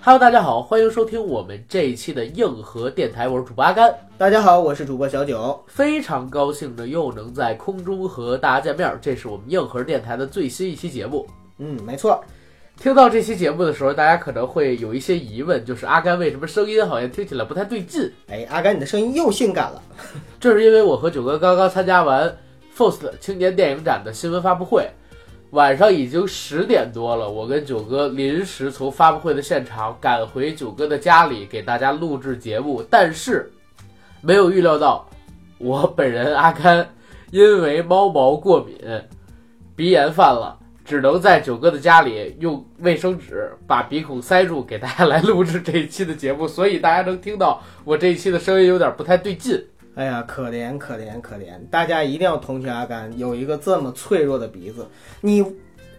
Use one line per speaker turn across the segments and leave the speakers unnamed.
Hello，大家好，欢迎收听我们这一期的硬核电台，我是主播阿甘，
大家好，我是主播小九。
非常高兴的又能在空中和大家见面，这是我们硬核电台的最新一期节目。
嗯，没错，
听到这期节目的时候，大家可能会有一些疑问，就是阿甘为什么声音好像听起来不太对劲？
哎，阿甘，你的声音又性感了。
这是因为我和九哥刚刚参加完 FOST 青年电影展的新闻发布会，晚上已经十点多了，我跟九哥临时从发布会的现场赶回九哥的家里给大家录制节目，但是没有预料到，我本人阿甘因为猫毛过敏，鼻炎犯了。只能在九哥的家里用卫生纸把鼻孔塞住，给大家来录制这一期的节目，所以大家能听到我这一期的声音有点不太对劲。
哎呀，可怜可怜可怜！大家一定要同情阿甘，有一个这么脆弱的鼻子，你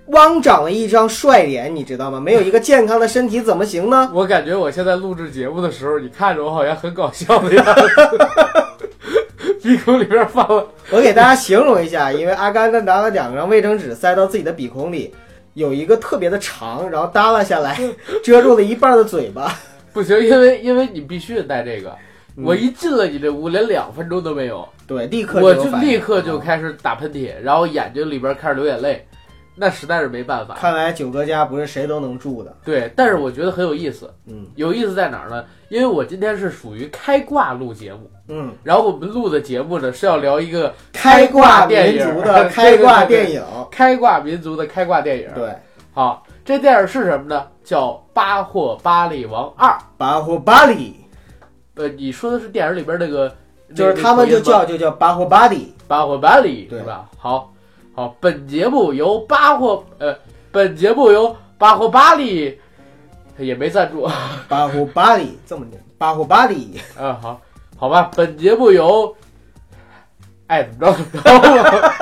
汪长了一张帅脸，你知道吗？没有一个健康的身体怎么行呢？
我感觉我现在录制节目的时候，你看着我好像很搞笑的样子，鼻孔里边放了。
我给大家形容一下， 因为阿甘他拿了两张卫生纸塞到自己的鼻孔里，有一个特别的长，然后耷拉下来， 遮住了一半的嘴巴。
不行， 因为因为你必须得带这个。我一进了你这屋，连两分钟都没有，
对，立刻
我
有
就
反应
立刻就开始打喷嚏，然后眼睛里边开始流眼泪，那实在是没办法。
看来九哥家不是谁都能住的。
对，但是我觉得很有意思，
嗯
有意思在哪儿呢？因为我今天是属于开挂录节目，
嗯，
然后我们录的节目呢是要聊一个
开挂
电
民
影
族
对
的
对
开
对
挂
对
电影，
开挂民族的开挂电影。
对，
好，这电影是什么呢？叫《巴霍巴利王二》。
巴霍巴里，
呃，你说的是电影里边那个，
就是他们就叫就叫巴霍巴里。
巴霍巴利，
对
是吧？好，好，本节目由巴霍呃，本节目由巴霍巴利也没赞助 啊、
巴霍巴里这么念，巴霍巴里，
好，好吧，本节目由爱怎么着怎么着 吧，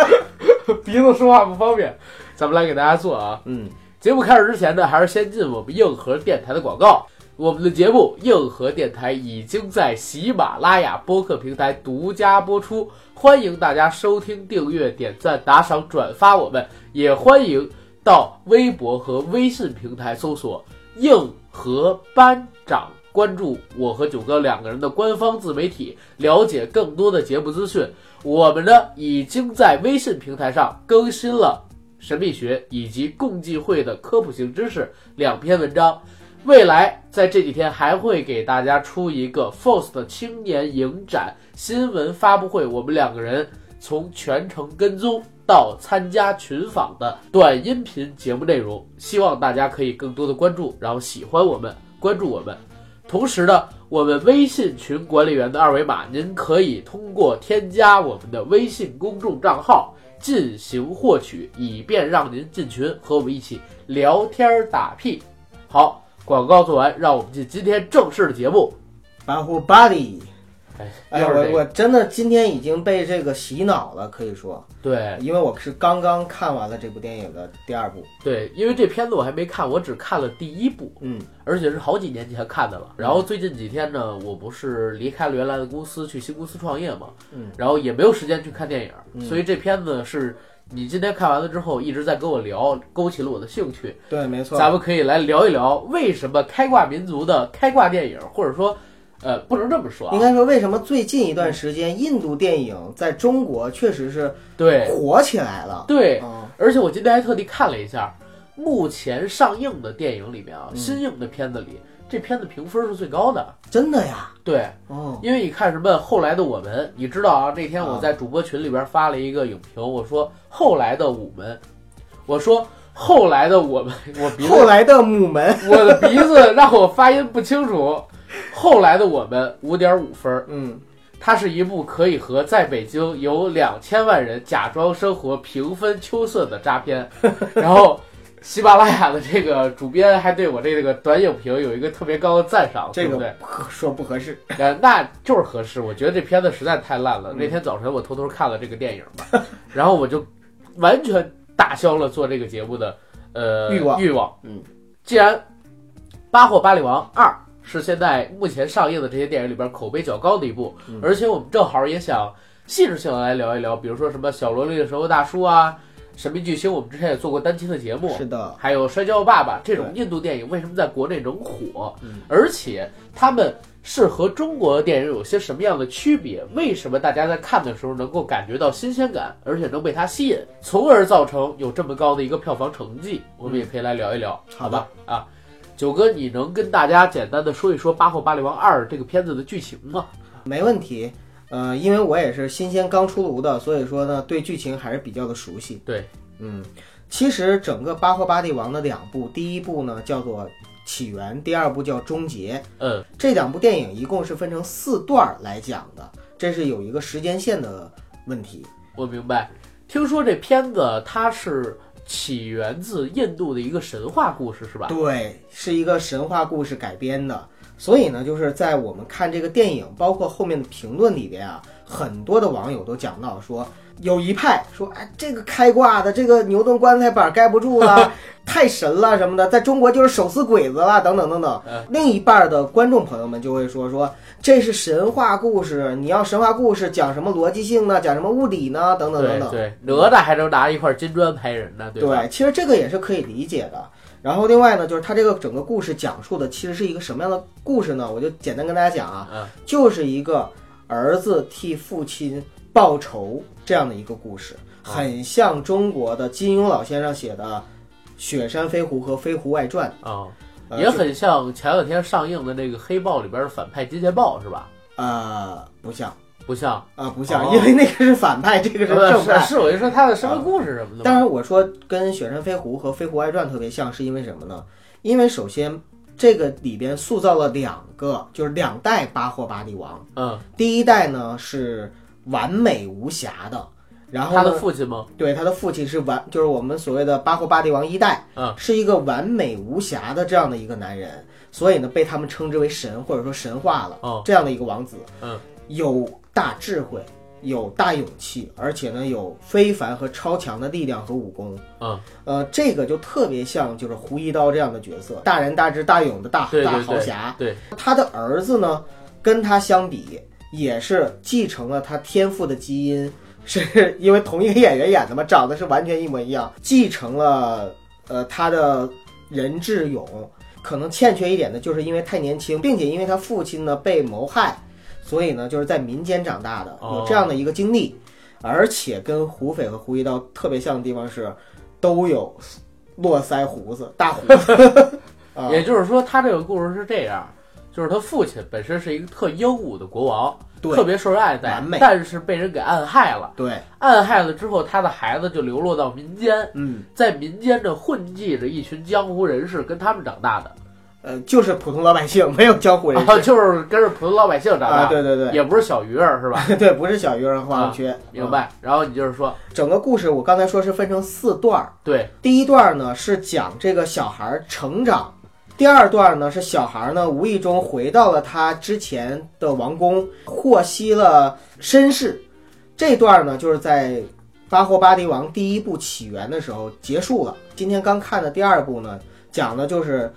鼻子说话不方便，咱们来给大家做啊。
嗯，
节目开始之前呢，还是先进我们硬核电台的广告。我们的节目《硬核电台》已经在喜马拉雅播客平台独家播出，欢迎大家收听、订阅、点赞、打赏、转发。我们也欢迎到微博和微信平台搜索“硬核班长”，关注我和九哥两个人的官方自媒体，了解更多的节目资讯。我们呢已经在微信平台上更新了神秘学以及共济会的科普性知识两篇文章。未来在这几天还会给大家出一个 FOST 青年影展新闻发布会，我们两个人从全程跟踪到参加群访的短音频节目内容，希望大家可以更多的关注，然后喜欢我们，关注我们。同时呢，我们微信群管理员的二维码，您可以通过添加我们的微信公众账号进行获取，以便让您进群和我们一起聊天儿打屁。好，广告做完，让我们进今天正式的节目。
巴霍巴里。
哎，
哎
又
呀，
是这
我
个
我真的今天已经被这个洗脑了，可以说，
对
因为我是刚刚看完了这部电影的第二部。
对，因为这片子我还没看，我只看了第一部，
嗯，
而且是好几年前看的了。然后最近几天呢，我不是离开了原来的公司去新公司创业嘛，
嗯，
然后也没有时间去看电影，所以这片子是你今天看完了之后一直在跟我聊，勾起了我的兴趣。
对，没错。
咱们可以来聊一聊为什么开挂民族的开挂电影，或者说，呃，不能这么说
应
啊，
该说，为什么最近一段时间印度电影在中国确实是
对
火起来了？
对，
嗯，
而且我今天还特地看了一下，目前上映的电影里面
嗯
啊，新映的片子里，这片子评分是最高的。
真的呀，
对，
哦，
因为你看什么后来的我们，你知道啊？那天我在主播群里边发了一个影评，我说后来的我们，我说后来的我们， 我鼻
后
子，
来的母门，
我的鼻子让我发音不清楚。后来的我们五点五分儿，
嗯，
它是一部可以和在北京有两千万人假装生活平分秋色的渣片。 然后，喜马拉雅的这个主编还对我这个短影评有一个特别高的赞赏，
这
对不
个
对？
不合说不合适。
呃，那就是合适。我觉得这片子实在太烂了。那天早晨我偷偷看了这个电影
嗯
嘛，然后我就完全打消了做这个节目的呃
欲望
欲望，
嗯，
既然《巴霍巴利王二》是现在目前上映的这些电影里边口碑较高的一部，
嗯
而且我们正好也想系统性地来聊一聊，比如说什么《小萝莉的生活大叔》啊，神秘巨星》，我们之前也做过单期的节目，
是的，
还有《摔跤爸爸》这种印度电影为什么在国内能火？
嗯
而且他们是和中国电影有些什么样的区别？为什么大家在看的时候能够感觉到新鲜感，而且能被它吸引，从而造成有这么高的一个票房成绩？我们也可以来聊一聊，
好
好吧？啊，九哥，你能跟大家简单的说一说《八号巴黎王二》这个片子的剧情吗？
没问题。呃，因为我也是新鲜刚出炉的，所以说呢，对剧情还是比较的熟悉。
对，
嗯，其实整个《巴霍巴帝王》的两部，第一部呢叫做《起源》，第二部叫《终结》。
嗯，
这两部电影一共是分成四段儿来讲的，这是有一个时间线的问题。
我明白。听说这片子它是起源自印度的一个神话故事，是吧？
对，是一个神话故事改编的。所以呢，就是在我们看这个电影，包括后面的评论里边啊，很多的网友都讲到说，有一派说，哎，这个开挂的这个牛顿棺材板盖不住 了，太神了什么的，在中国就是手撕鬼子了，等等等等
嗯。
另一半的观众朋友们就会说说，这是神话故事，你要神话故事讲什么逻辑性呢？讲什么物理呢？等等等
对
等。
对，哪吒还能拿一块金砖拍人呢，对吧？
其实这个也是可以理解的。然后另外呢，就是它这个整个故事讲述的其实是一个什么样的故事呢？我就简单跟大家讲啊，
嗯
就是一个儿子替父亲报仇这样的一个故事，
哦
很像中国的金庸老先生写的《雪山飞狐》和《飞狐外传》
哦，
呃，
也
就
很像前两天上映的那个《黑豹》里边的反派金钱豹是吧？
呃不像啊、
不像，
不像，
哦
因为那个是反派，这个是
呃
正派
是。是，我就说他的身份故事什么的
当
嘛。
然，我说跟《雪山飞狐》和《飞狐外传》特别像，是因为什么呢？因为首先这个里边塑造了两个，就是两代巴霍巴帝王。
嗯，
第一代呢是完美无瑕的，然后
他的
呢，
父亲吗？
对他的父亲是完，就是我们所谓的巴霍巴帝王一代，
嗯，
是一个完美无瑕的这样的一个男人，所以呢被他们称之为神或者说神话了。
哦，
这样的一个王子，
嗯，
有大智慧，有大勇气，而且呢有非凡和超强的力量和武功，
嗯，
呃，这个就特别像就是胡一刀这样的角色，大仁大智大勇的大
对
大
对
豪
对
侠。
对，
他的儿子呢，跟他相比也是继承了他天赋的基因，是因为同一个演员演的嘛，长得是完全一模一样，继承了呃他的人智勇。可能欠缺一点的就是因为太年轻，并且因为他父亲呢被谋害，所以呢就是在民间长大的，
哦
有这样的一个经历。而且跟胡斐和胡一刀特别像的地方是，都有络腮胡子、大胡子。 啊
也就是说，他这个故事是这样，就是他父亲本身是一个特英武的国王，
对
特别受人爱戴
完美，
但是被人给暗害了。
对，
暗害了之后，他的孩子就流落到民间，
嗯，
在民间这混迹着一群江湖人士，跟他们长大的，
呃，就是普通老百姓，没有江湖人士
啊，就是跟着普通老百姓长
啊，
大的，
对对对，
也不是小鱼儿是吧？
对，不是小鱼儿和黄缺，
啊明白。然后你就是说，
嗯？整个故事我刚才说是分成四段儿，
对，
第一段儿呢是讲这个小孩儿成长，第二段儿呢是小孩儿呢无意中回到了他之前的王宫，获悉了身世，这段儿呢就是在。巴霍巴迪王第一部起源的时候结束了，今天刚看的第二部呢，讲的就是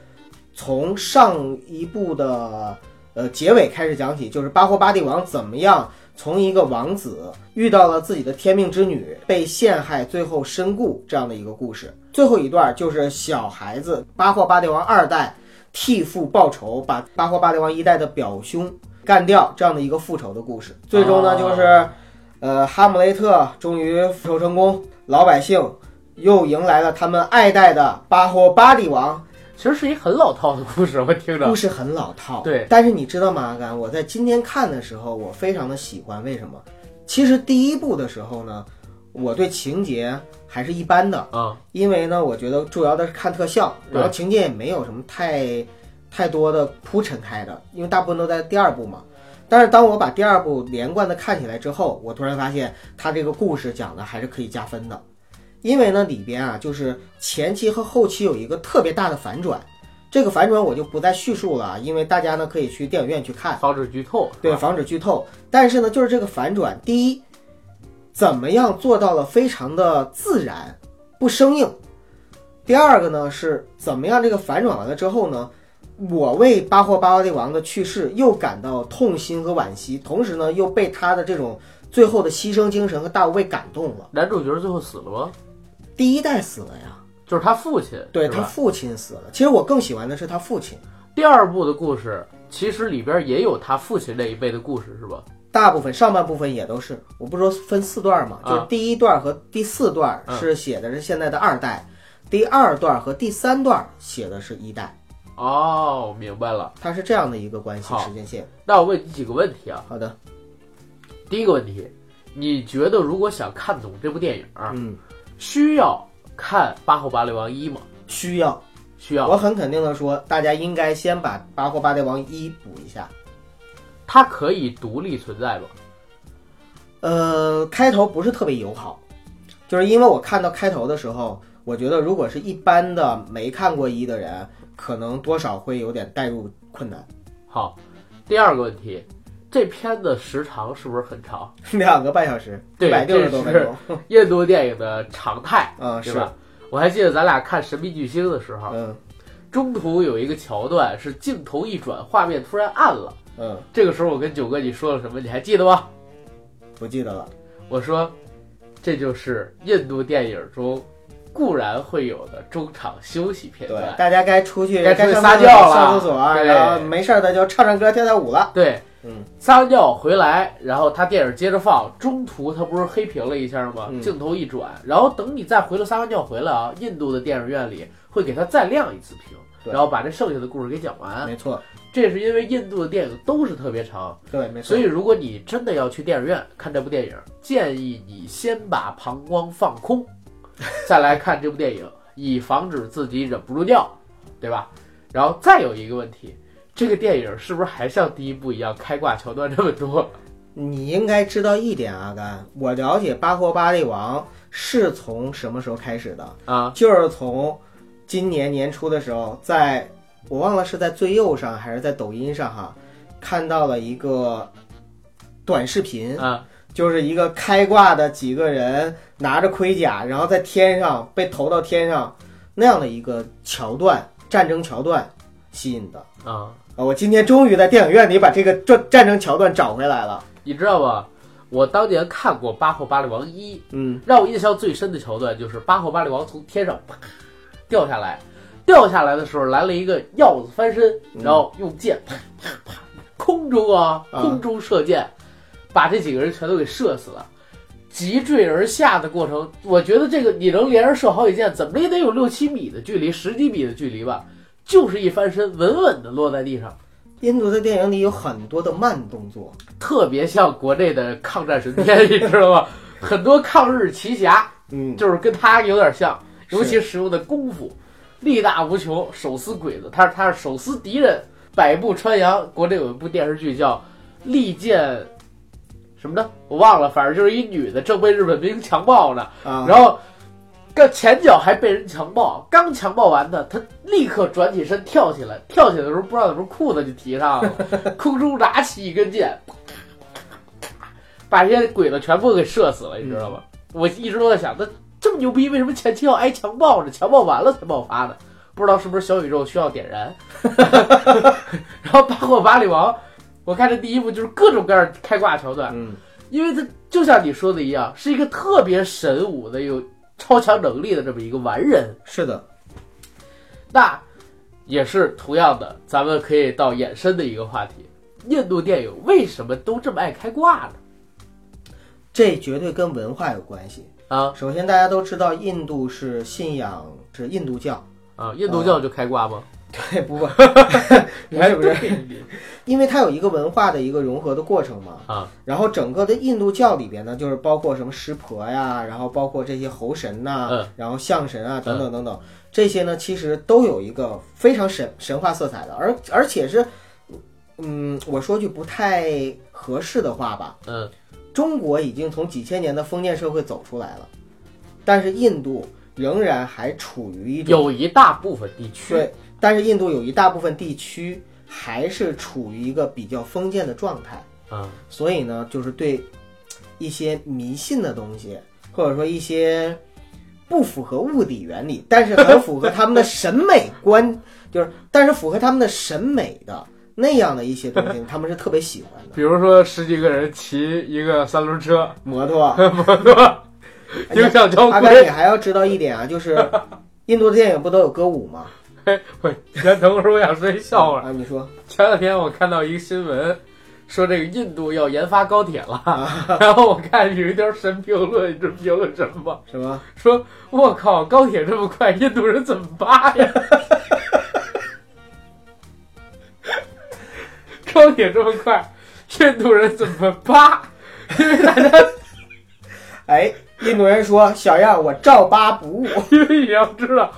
从上一部的呃结尾开始讲起，就是巴霍巴帝王怎么样从一个王子遇到了自己的天命之女，被陷害，最后身故这样的一个故事。最后一段就是小孩子巴霍巴帝王二代替父报仇，把巴霍巴帝王一代的表兄干掉这样的一个复仇的故事。最终呢，
哦
就是呃哈姆雷特终于复仇成功，老百姓。又迎来了他们爱戴的巴霍巴帝王，
其实是一很老套的故事，我听着
故，事很老套，
对。
但是你知道吗，阿甘？我在今天看的时候，我非常的喜欢。为什么？其实第一部的时候呢，我对情节还是一般的，
嗯，
因为呢，我觉得主要的是看特效，
对
然后情节也没有什么太太多的铺陈开的，因为大部分都在第二部嘛。但是当我把第二部连贯的看起来之后，我突然发现它这个故事讲的还是可以加分的，因为呢里边啊就是前期和后期有一个特别大的反转，这个反转我就不再叙述了啊，因为大家呢可以去电影院去看。
防止剧透，
嗯对，
是吧，
防止剧透。但是呢，就是这个反转，第一，怎么样做到了非常的自然，不生硬；第二个呢，是怎么样这个反转完了之后呢，我为巴霍巴巴利王的去世又感到痛心和惋惜，同时呢，又被他的这种最后的牺牲精神和大无畏感动了。
男主角最后死了吗？
第一代死了呀，
就是他父亲，
对
是吧
他父亲死了。其实我更喜欢的是他父亲，
第二部的故事其实里边也有他父亲那一辈的故事，是吧？
大部分上半部分也都是。我不是说分四段嘛，
啊
就是第一段和第四段
嗯
是写的是现在的二代，第二段和第三段写的是一代，
哦，明白了。
它是这样的一个关系
好
时间线。
那我问你几个问题啊。
好的，
第一个问题，你觉得如果想看懂这部电影，
嗯，
需要看《八号八雷王一》吗？
需要。
需要。
我很肯定的说，大家应该先把《八或八代王一》补一下。
它可以独立存在吗？
呃，开头不是特别友好，就是因为我看到开头的时候，我觉得如果是一般的没看过一的人，可能多少会有点代入困难。
好。第二个问题，这片子时长是不是很长？
两个半小时，一
对
百六十多分
这是
钟，
印度电影的常态，
啊、
对
是，
吧？啊我还记得咱俩看《神秘巨星》的时候，
嗯
中途有一个桥段是镜头一转，画面突然暗了。
嗯，
这个时候我跟九哥你说了什么？你还记得吗？
不记得了，
我说，这就是印度电影中固然会有的中场休息片
对，
段。
大家该出去
该出去撒
上厕所
娇了
上厕所啊，
对
然后没事儿的就唱唱歌、跳跳舞了。
对，
嗯，
撒完尿回来，然后他电影接着放，中途他不是黑屏了一下吗？
嗯
镜头一转，然后等你再回头撒完尿回来啊，印度的电影院里会给他再亮一次屏，
对
然后把这剩下的故事给讲完。
没错，
这是因为印度的电影都是特别长，
对，没错。
所以，如果你真的要去电影院看这部电影，建议你先把膀胱放空，再来看这部电影，以防止自己忍不住尿，对吧？然后再有一个问题，这个电影是不是还像第一部一样开挂桥段这么多？
你应该知道一点，阿甘，我了解《巴霍巴利王》是从什么时候开始的？
啊，
就是从今年年初的时候，在我忘了是在最右上还是在抖音上哈，看到了一个短视频，
啊，
就是一个开挂的几个人拿着盔甲，然后在天上被投到天上那样的一个桥段，战争桥段吸引的。
啊，
啊，我今天终于在电影院里把这个战战争桥段找回来了。
你知道吗？我当年看过《八号巴利王一》，
嗯，
让我印象最深的桥段就是八号巴利王从天上啪掉下来，掉下来的时候来了一个鹞子翻身，
嗯
然后用箭啪啪啪空中啊
啊
空中射箭，把这几个人全都给射死了。急坠而下的过程，我觉得这个你能连着射好几箭，怎么也得有六七米的距离，十几米的距离吧。就是一翻身，稳稳的落在地上，
印度的电影里有很多的慢动作，
特别像国内的抗战神片， 你知道吗？很多抗日奇侠，
嗯，
就是跟他有点像，
是
尤其使用的功夫，力大无穷，手撕鬼子，他是他是手撕敌人，百步穿杨。国内有一部电视剧叫《利剑》，什么的我忘了，反正就是一女的正被日本兵强暴呢，
啊，
然后。刚前脚还被人强暴，刚强暴完的，他立刻转起身跳起来，跳起来的时候不知道怎么裤子就提上了，空中拿起一根箭，把这些鬼子全部给射死了，你知道吗？我一直都在想，那这么牛逼，为什么前期要挨强暴呢？强暴完了才爆发呢？不知道是不是小宇宙需要点燃？然后《八火八里王》，我看这第一部就是各种各样的开挂桥段，
嗯，
因为他就像你说的一样，是一个特别神武的、有超强能力的这么一个完人。
是的，
那也是同样的，咱们可以到衍生的一个话题：印度电影为什么都这么爱开挂呢？
这绝对跟文化有关系。
啊
首先，大家都知道印度是信仰是印度 教，
啊，印度教就开挂吗？
对，不过 不
哎
是不是，
对你
因为它有一个文化的一个融合的过程嘛。
啊，
然后整个的印度教里边呢，就是包括什么湿婆呀，然后包括这些猴神呐、
嗯
然后象神啊等等等等，这些呢其实都有一个非常神神话色彩的，而而且是，嗯，我说句不太合适的话吧，
嗯，
中国已经从几千年的封建社会走出来了，但是印度仍然还处于一种
有一大部分地区
对，但是印度有一大部分地区还是处于一个比较封建的状态。
啊，
所以呢，就是对一些迷信的东西，或者说一些不符合物理原理，但是很符合他们的审美观， 就是但是符合他们的审美的那样的一些东西，他们是特 别喜欢的。
比如说十几个人骑一个三轮车，
摩托，摩托，
影响交
哎阿甘，
规
你。还要知道一点啊，就是印度的电影不都有歌舞吗？
先等会儿，我想说一笑话。
啊，你说
前两天我看到一个新闻，说这个印度要研发高铁了，然后我看有一条神评论，你知道评论什么？
什么？
说我靠，高铁这么快，印度人怎么扒呀？ 高铁这么快，印度人怎么扒？ 因为大家
哎，印度人说小样，我照扒不误。
因为你要知道，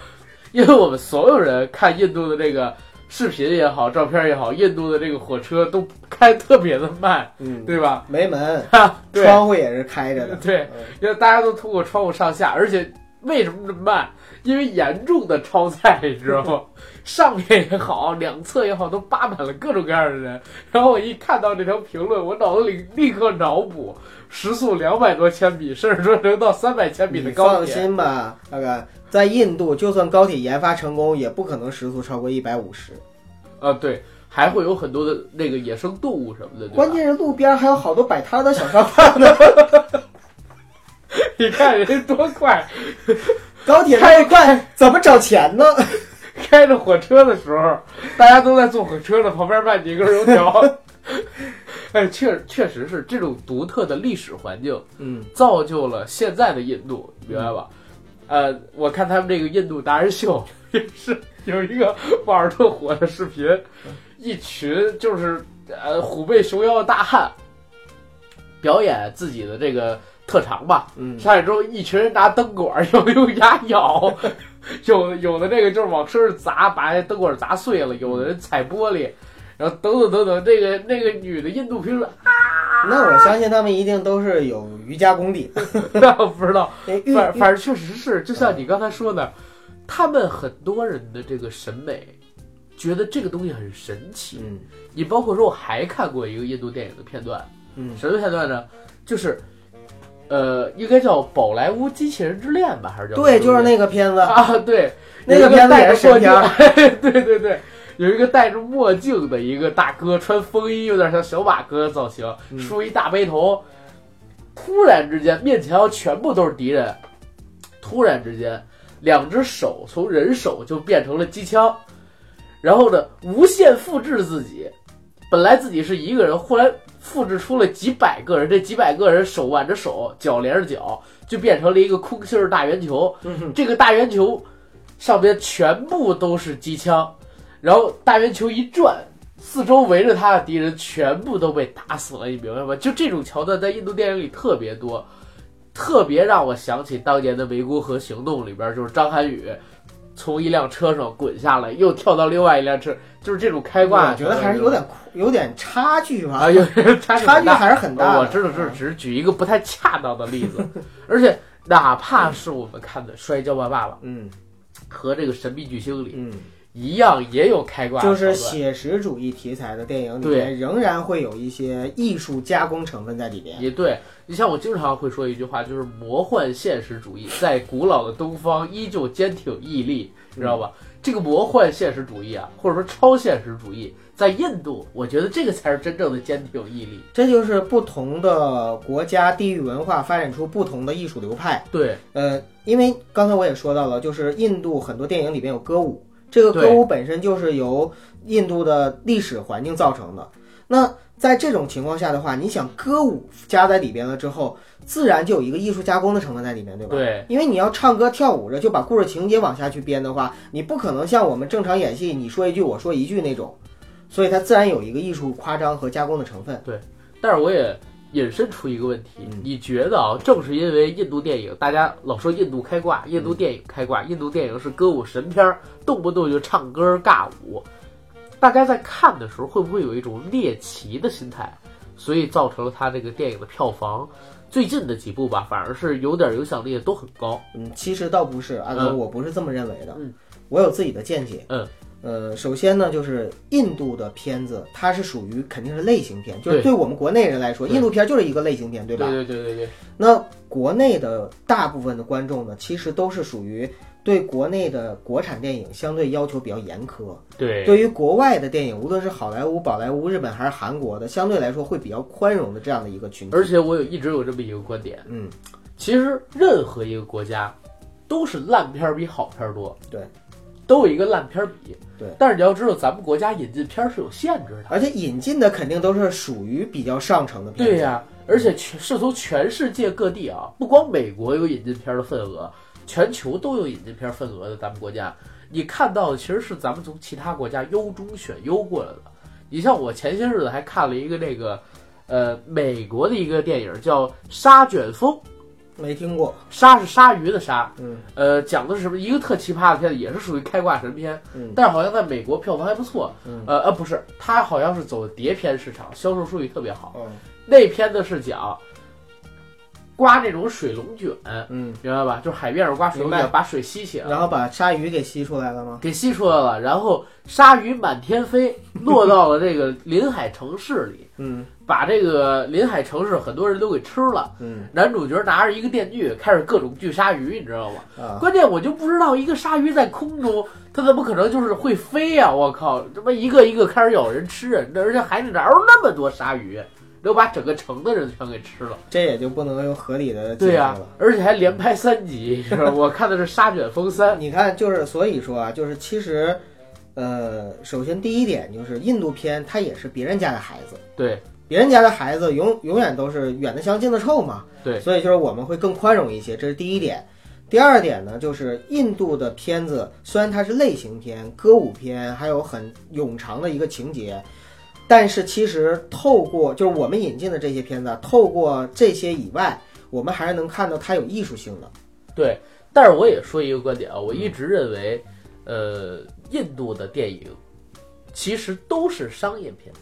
因为我们所有人看印度的这个视频也好，照片也好，印度的这个火车都开特别的慢，
嗯，
对吧？
没门，
哈，对
窗户也是开着的。嗯
对，因为大家都通过窗户上下，而且为什么这么慢？因为严重的超载，你知道 吗？上面也好，两侧也好，都扒满了各种各样的人。然后我一看到这条评论，我脑子里立刻脑补时速两百多千米，甚至说能到三百千米的
你
高
放
铁。
心吧，大哥，在印度，就算高铁研发成功，也不可能时速超过一百五十。
啊，对，还会有很多的那个野生动物什么的。对吧啊
关，键是路边还有好多摆摊的小商贩，
你看人家多快，
高铁太快，怎么找钱 呢？
开着火车的时候，大家都在坐火车的旁边卖几根油条。哎，确确实是这种独特的历史环境
嗯，
造就了现在的印度，你明白吧？呃，我看他们这个印度达人秀也是有一个网上特火的视频，一群就是呃虎背熊腰的大汉表演自己的这个特长吧，
嗯，
上来之后，一群人拿灯管儿，有的用牙咬， 有有的这个就是往车上砸，把那灯管儿砸碎了；有的人踩玻璃，然后等等等等。这个那个女的印度评论，
那我相信他们一定都是有瑜伽功底的。
那我不知道，
那玉
反反正确实是，就像你刚才说的，他们很多人的这个审美，觉得这个东西很神奇。
嗯
你包括说，我还看过一个印度电影的片段，
嗯
什么片段呢？就是，呃，应该叫《宝莱坞机器人之恋》吧，还是叫什么
对，就是那个片子，
啊，对，
那
有
个
一个
片子
戴
也
着
是神片儿
墨镜， 对对对，有一个戴着墨镜的一个大哥，穿风衣，有点像小马哥的造型，
嗯
梳一大背头，突然之间面前要全部都是敌人，突然之间，两只手从人手就变成了机枪，然后呢，无限复制自己。本来自己是一个人，忽然复制出了几百个人，这几百个人手挽着手，脚连着脚，就变成了一个空心儿大圆球。
嗯
这个大圆球上边全部都是机枪，然后大圆球一转，四周围着它的敌人全部都被打死了，你明白吗？就这种桥段在印度电影里特别多，特别让我想起当年的《湄公河行动》里边，就是张涵予从一辆车上滚下来，又跳到另外一辆车，就是这种开挂的桥
我觉
段。
得还是有点有点差距吧
啊，，有点差距
差
很
距
大
还是很大的。
呃我知道这只是举一个不太恰当的例子，而且哪怕是我们看的《摔跤吧，爸爸》
嗯
和这个《神秘巨星》里。
嗯，
一样也有开挂的
就
桥
是
段，
写实主义题材的电影里面，仍然会有一些艺术加工成分在里面。
也对。你像我经常会说一句话，就是魔幻现实主义在古老的东方依旧坚挺屹立，知道吧？这个魔幻现实主义啊，或者说超现实主义，在印度，我觉得这个才是真正的坚挺毅力。
这就是不同的国家、地域文化发展出不同的艺术流派。
对，
呃，因为刚才我也说到了，就是印度很多电影里边有歌舞，这个歌
对
舞本身就是由印度的历史环境造成的。那在这种情况下的话，你想歌舞加在里边了之后，自然就有一个艺术加工的成分在里面，对吧？
对，
因为你要唱歌跳舞着就把故事情节往下去编的话，你不可能像我们正常演戏，你说一句我说一句那种，所以它自然有一个艺术夸张和加工的成分。
但是我也引申出一个问题
嗯，
你觉得啊，正是因为印度电影，大家老说印度开挂，印
嗯
度电影开挂，印度电影是歌舞神片儿，动不动就唱歌尬舞，大家在看的时候会不会有一种猎奇的心态？所以造成了他这个电影的票房，最近的几部吧，反而是有点影响力的都很高。
嗯，其实倒不是，阿哥，
嗯
我不是这么认为的，
嗯
我有自己的见解。
嗯，
呃，首先呢，就是印度的片子，它是属于肯定是类型片，就是
对
对我们国内人来说，
对
印度片就是一个类型片，对吧？
对对对对，
那国内的大部分的观众呢，其实都是属于对国内的国产电影相对要求比较严苛，
对
对于国外的电影，无论是好莱坞、宝莱坞、日本还是韩国的，相对来说会比较宽容的这样的一个群体。
而且我有一直有这么一个观点，
嗯，
其实任何一个国家都是烂片儿比好片儿多，
对，
都有一个烂片儿比，
对
但是你要知道，咱们国家引进片儿是有限制的，
而且引进的肯定都是属于比较上乘的片子。
对呀、而且全是从全世界各地啊，不光美国有引进片儿的份额，全球都有引进片儿份额的。咱们国家，你看到的其实是咱们从其他国家优中选优过来的。你像我前些日子还看了一个那个，呃，美国的一个电影叫《沙卷风》。
没听过，
鲨是鲨鱼的鲨，
嗯
呃，讲的是什么？一个特奇葩的片子，也是属于开挂神片，
嗯
但是好像在美国票房还不错。
嗯
呃呃，不是，它好像是走碟片市场，销售数据特别好。
哦
那片子是讲刮那种水龙卷，
嗯，
明白吧？就是海面上刮水龙
明
卷，
白
把水吸起来，
然后把鲨鱼给吸出来了吗？
给吸出来了，然后鲨鱼满天飞，落到了这个临海城市里，
嗯
把这个临海城市很多人都给吃了。
嗯
男主角拿着一个电锯，开始各种锯鲨鱼，你知道吗？
啊，
关键我就不知道一个鲨鱼在空中，它怎么可能就是会飞呀、我靠，这么一个一个开始咬人吃人的，而且海里哪有那么多鲨鱼，都把整个城的人全给吃了。
这也就不能用合理的解
对
释
呀、
呃了。
而且还连拍三 集，是吧？我看的是《沙卷风三》。
你看，就是所以说啊，就是其实，呃，首先第一点就是印度片，它也是别人家的孩子，
对
别人家的孩子永永远都是远的香近的臭嘛。
对
所以就是我们会更宽容一些，这是第一点。第二点呢，就是印度的片子虽然它是类型片、歌舞片，还有很冗长的一个情节，但是其实透过就是我们引进的这些片子啊，透过这些以外，我们还是能看到它有艺术性的。
对，但是我也说一个观点啊，我一直认为，呃，印度的电影其实都是商业片，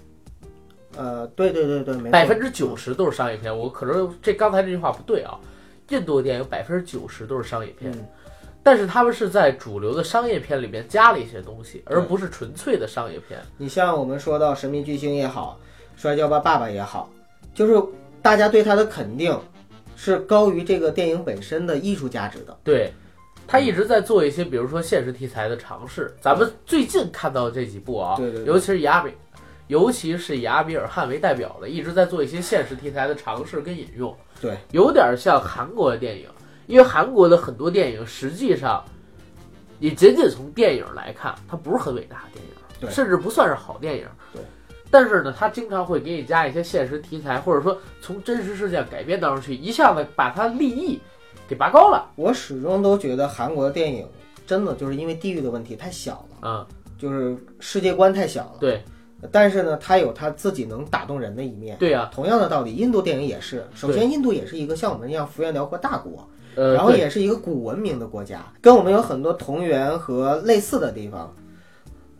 呃，对对对对，没错。
百分之九十都是商业片。我可能这刚才这句话不对啊，印度的电影百分之九十都是商业片。
嗯
但是他们是在主流的商业片里面加了一些东西，
对
而不是纯粹的商业片。
你像我们说到《神秘巨星》也好，《摔跤吧，爸爸》也好，就是大家对它的肯定是高于这个电影本身的艺术价值的。
对，他一直在做一些，比如说现实题材的尝试。咱们最近看到这几部啊，
嗯对对对
尤其是雅比，尤其是以阿比尔汗为代表的，一直在做一些现实题材的尝试跟引用，
对，
有点像韩国的电影，因为韩国的很多电影实际上，你仅仅从电影来看，它不是很伟大的电
对
影，甚至不算是好电影。
对。
但是呢，它经常会给你加一些现实题材，或者说从真实事件改编当中去，一下子把它立意给拔高了。
我始终都觉得韩国的电影真的就是因为地域的问题太小了，
嗯，
就是世界观太小了。
对，
但是呢，它有它自己能打动人的一面。
对呀、啊
同样的道理，印度电影也是。首先，印度也是一个像我们一样幅员辽阔大国，
呃，
然后
对
也是一个古文明的国家，跟我们有很多同源和类似的地方。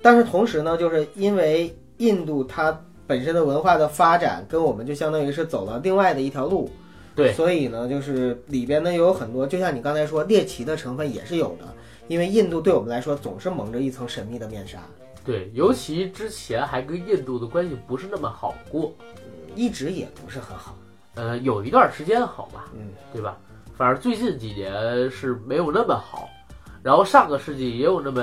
但是同时呢，就是因为印度它本身的文化的发展，跟我们就相当于是走了另外的一条路。
对
所以呢，就是里边呢有很多，就像你刚才说猎奇的成分也是有的，因为印度对我们来说总是蒙着一层神秘的面纱，
对，尤其之前还跟印度的关系不是那么好过，
一直也不是很好。
呃，有一段时间好吧，
嗯，
对吧？反正最近几年是没有那么好，然后上个世纪也有那么，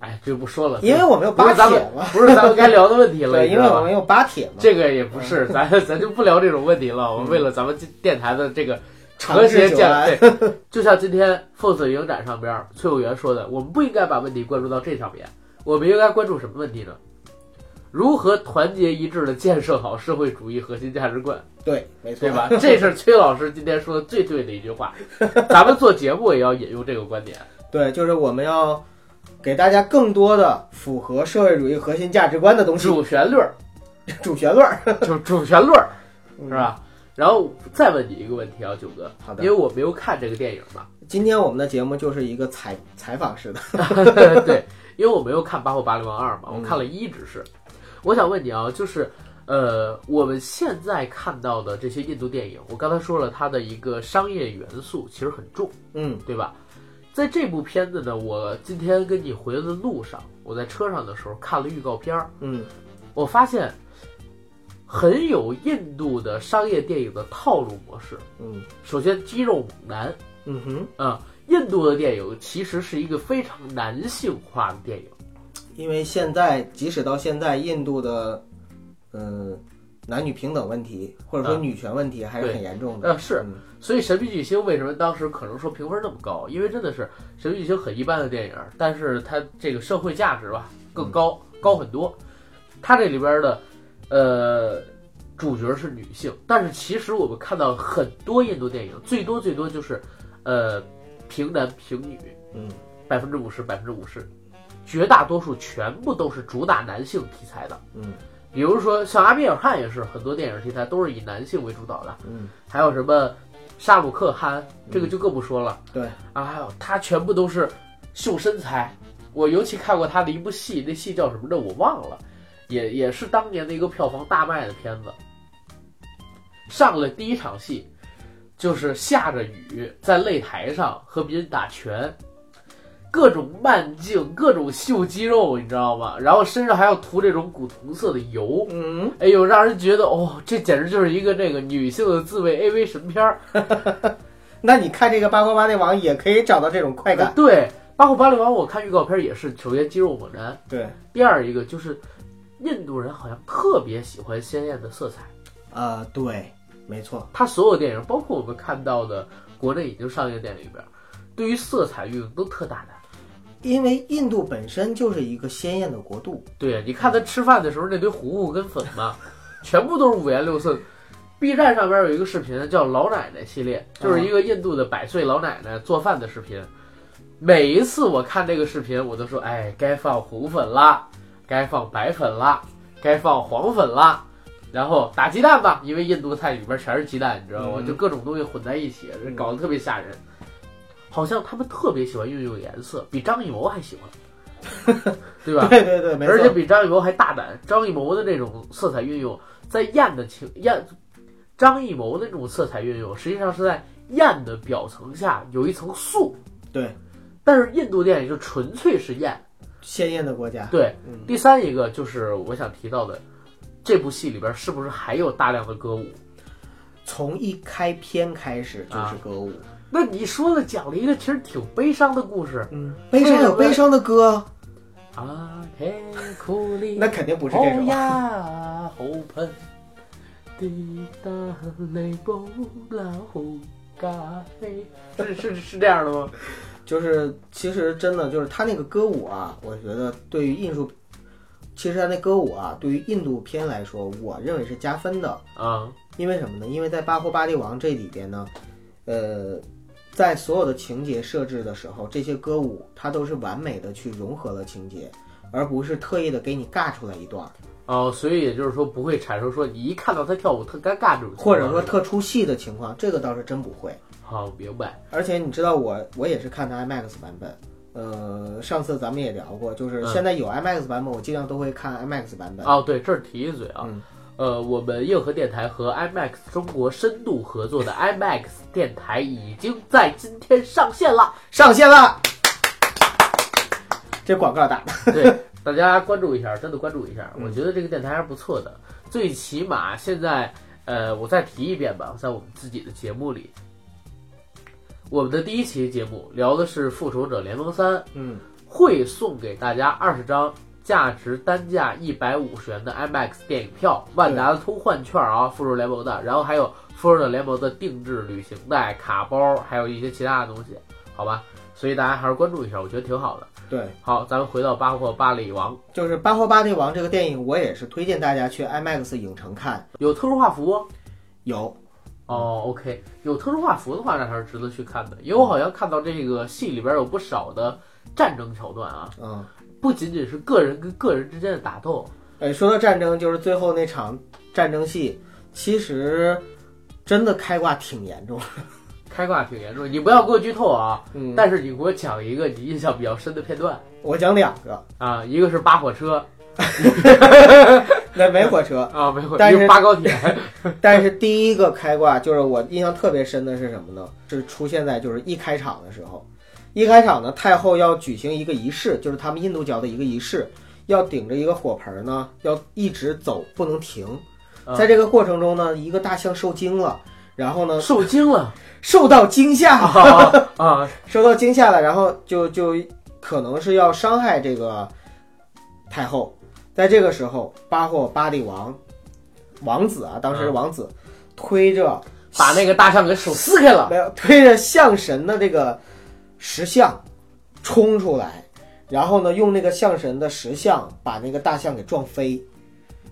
哎，这就不说了，
因为我们有
不
巴
是咱
铁
们
嘛，
不是咱们该聊的问题了，
对，
你
因
知
为
道
我
吧？
们有巴铁嘛，
这个也不是，咱 咱就不聊这种问题了。我们为了咱们这电台的这个和谐
长治久
建
安
立，对， 就像今天 FOSS 影展上边儿崔永元说的，我们不应该把问题关注到这上面，我们应该关注什么问题呢？如何团结一致的建设好社会主义核心价值观，
对，没错，
对吧？这是崔老师今天说的最对的一句 话。咱们做节目也要引用这个观点。
对，就是我们要给大家更多的符合社会主义核心价值观的东西，
主旋律 儿，
主旋律儿，
就主旋律儿，
是
是？吧？然后再问你一个问题啊，九哥，
嗯好
因为，
的
我没有看这个电影嘛，
嗯 今天我们的节目就是一个采采访式的，
对，因为我没有看《八或八零王二》嘛，我
嗯
看了一只是。我想问你啊，就是呃，我们现在看到的这些印度电影，我刚才说了，它的一个商业元素其实很重，
嗯
对吧？在这部片子呢，我今天跟你回来的路上，我在车上的时候看了预告片儿，
嗯，
我发现很有印度的商业电影的套路模式。
嗯
首先，肌肉猛男，
嗯哼，
啊、印度的电影其实是一个非常男性化的电影。
因为现在即使到现在，印度的，嗯、男女平等问题或者说
嗯
女权问题还是
对
很严重的。
呃，是，
嗯
所以《神秘巨星》为什么当时可能说评分那么高？因为真的是《神秘巨星》很一般的电影，但是它这个社会价值吧更高，高很多。它这里边的，呃，主角是女性，但是其实我们看到很多印度电影，最多最多就是，呃，平男平女，
嗯，
百分之五十，百分之五十，绝大多数全部都是主打男性题材的。
嗯
比如说像阿米尔汗也是，很多电影题材都是以男性为主导的。
嗯，
还有什么沙鲁克汗，这个就更不说了。
对
啊，还有他全部都是秀身材。我尤其看过他的一部戏，那戏叫什么的我忘了，也也是当年的一个票房大卖的片子。上了第一场戏，就是下着雨在擂台上和别人打拳，各种慢镜，各种秀肌肉，你知道吗？然后身上还要涂这种古铜色的油，
嗯，
哎呦，让人觉得哦，这简直就是一个这个女性的自慰 AV 神片儿。
那你看这个八卦八内网也可以找到这种快感。
呃对，《八虎八里王》，我看预告片也是，首先肌肉猛男，
对，
第二一个就是印度人好像特别喜欢鲜艳的色彩。
啊，对，没错，
他所有电影，包括我们看到的国内已经上映的电影里边，对于色彩运用都特大胆。
因为印度本身就是一个鲜艳的国度。
对，你看他吃饭的时候那堆糊糊跟粉嘛，全部都是五颜六色。B 站上边有一个视频叫“老奶奶系列”，就是一个印度的百岁老奶奶做饭的视频。每一次我看这个视频，我都说：“哎，该放糊粉啦，该放白粉啦，该放黄粉啦。”然后打鸡蛋吧，因为印度菜里边全是鸡蛋，你知道吗？
嗯
就各种东西混在一起，这搞得特别吓人。好像他们特别喜欢运用颜色，比张艺谋还喜欢，对吧？
对对对，没错。
而且比张艺谋还大胆。张艺谋的那种色彩运用，在艳的情艳，张艺谋的那种色彩运用，实际上是在艳的表层下有一层素。
对，
但是印度电影就纯粹是艳。
鲜艳的国家。
对，
嗯
第三一个就是我想提到的，这部戏里边是不是还有大量的歌舞？
从一开篇开始
啊
就是歌舞，
那你说的讲了一个其实挺悲伤的故事
嗯，悲伤有悲伤的歌，
啊，嘿，苦力
那肯定不是这首。
哦呀，好喷，滴答泪崩了红咖啡， 是是是这样的吗？
就是其实真的就是他那个歌舞啊，我觉得对于艺术，其实他那歌舞啊，对于印度片来说，我认为是加分的。
啊，
因为什么呢？因为在《巴霍巴利王》这里边呢，呃，在所有的情节设置的时候，这些歌舞它都是完美的去融合了情节，而不是特意的给你尬出来一段儿，
哦，所以也就是说不会产生说你一看到他跳舞特尴尬这种情况，
或者说特出戏的情况，这个倒是真不会。
好明白，
而且你知道我我也是看的 IMAX 版本，呃，上次咱们也聊过，就是
嗯
现在有 IMAX 版本，我尽量都会看 IMAX 版本。
哦，对，这儿提一嘴啊。
嗯
呃，我们硬核电台和 IMAX 中国深度合作的 IMAX 电台已经在今天上线了，
上线了，这广告打的，
对，大家关注一下，真的关注一下，我觉得这个电台还是不错的。最起码现在，呃，我再提一遍吧，在我们自己的节目里，我们的第一期节目聊的是《复仇者联盟三》，
嗯，
会送给大家二十张价值单价一百五十元的 IMAX 电影票，万达的通换券啊，复仇联盟的，然后还有复仇者联盟的定制旅行袋、卡包，还有一些其他的东西，好吧？所以大家还是关注一下，我觉得挺好的。
对。
好，咱们回到巴霍巴里王，
就是《巴霍巴利王》这个电影，我也是推荐大家去 IMAX 影城看。
有特殊画幅哦
有，
哦，OK，有特殊画幅的话，那还是值得去看的，因为我好像看到这个戏里边有不少的战争桥段啊，
嗯，
不仅仅是个人跟个人之间的打斗，
呃，说到战争，就是最后那场战争戏，其实真的开挂挺严重。
开挂挺严重。你不要给我剧透啊，
嗯，
但是你给我讲一个你印象比较深的片段
我讲两个，
啊，一个是扒火车
那没火车，
啊，没有，
但是
一个扒高铁，
但是第一个开挂就是我印象特别深的是什么呢？是出现在就是一开场的时候，一开场呢，太后要举行一个仪式，就是他们印度教的一个仪式，要顶着一个火盆儿呢，要一直走，不能停
啊。
在这个过程中呢，一个大象受惊了，然后呢
啊受惊了
受到惊吓，
啊啊，
受到惊吓了，然后就就可能是要伤害这个太后。在这个时候，巴霍巴利王王子啊，当时是王子推着
把那个大象给手撕开了，
没有推着象神的这个石像冲出来，然后呢，用那个象神的石像把那个大象给撞飞，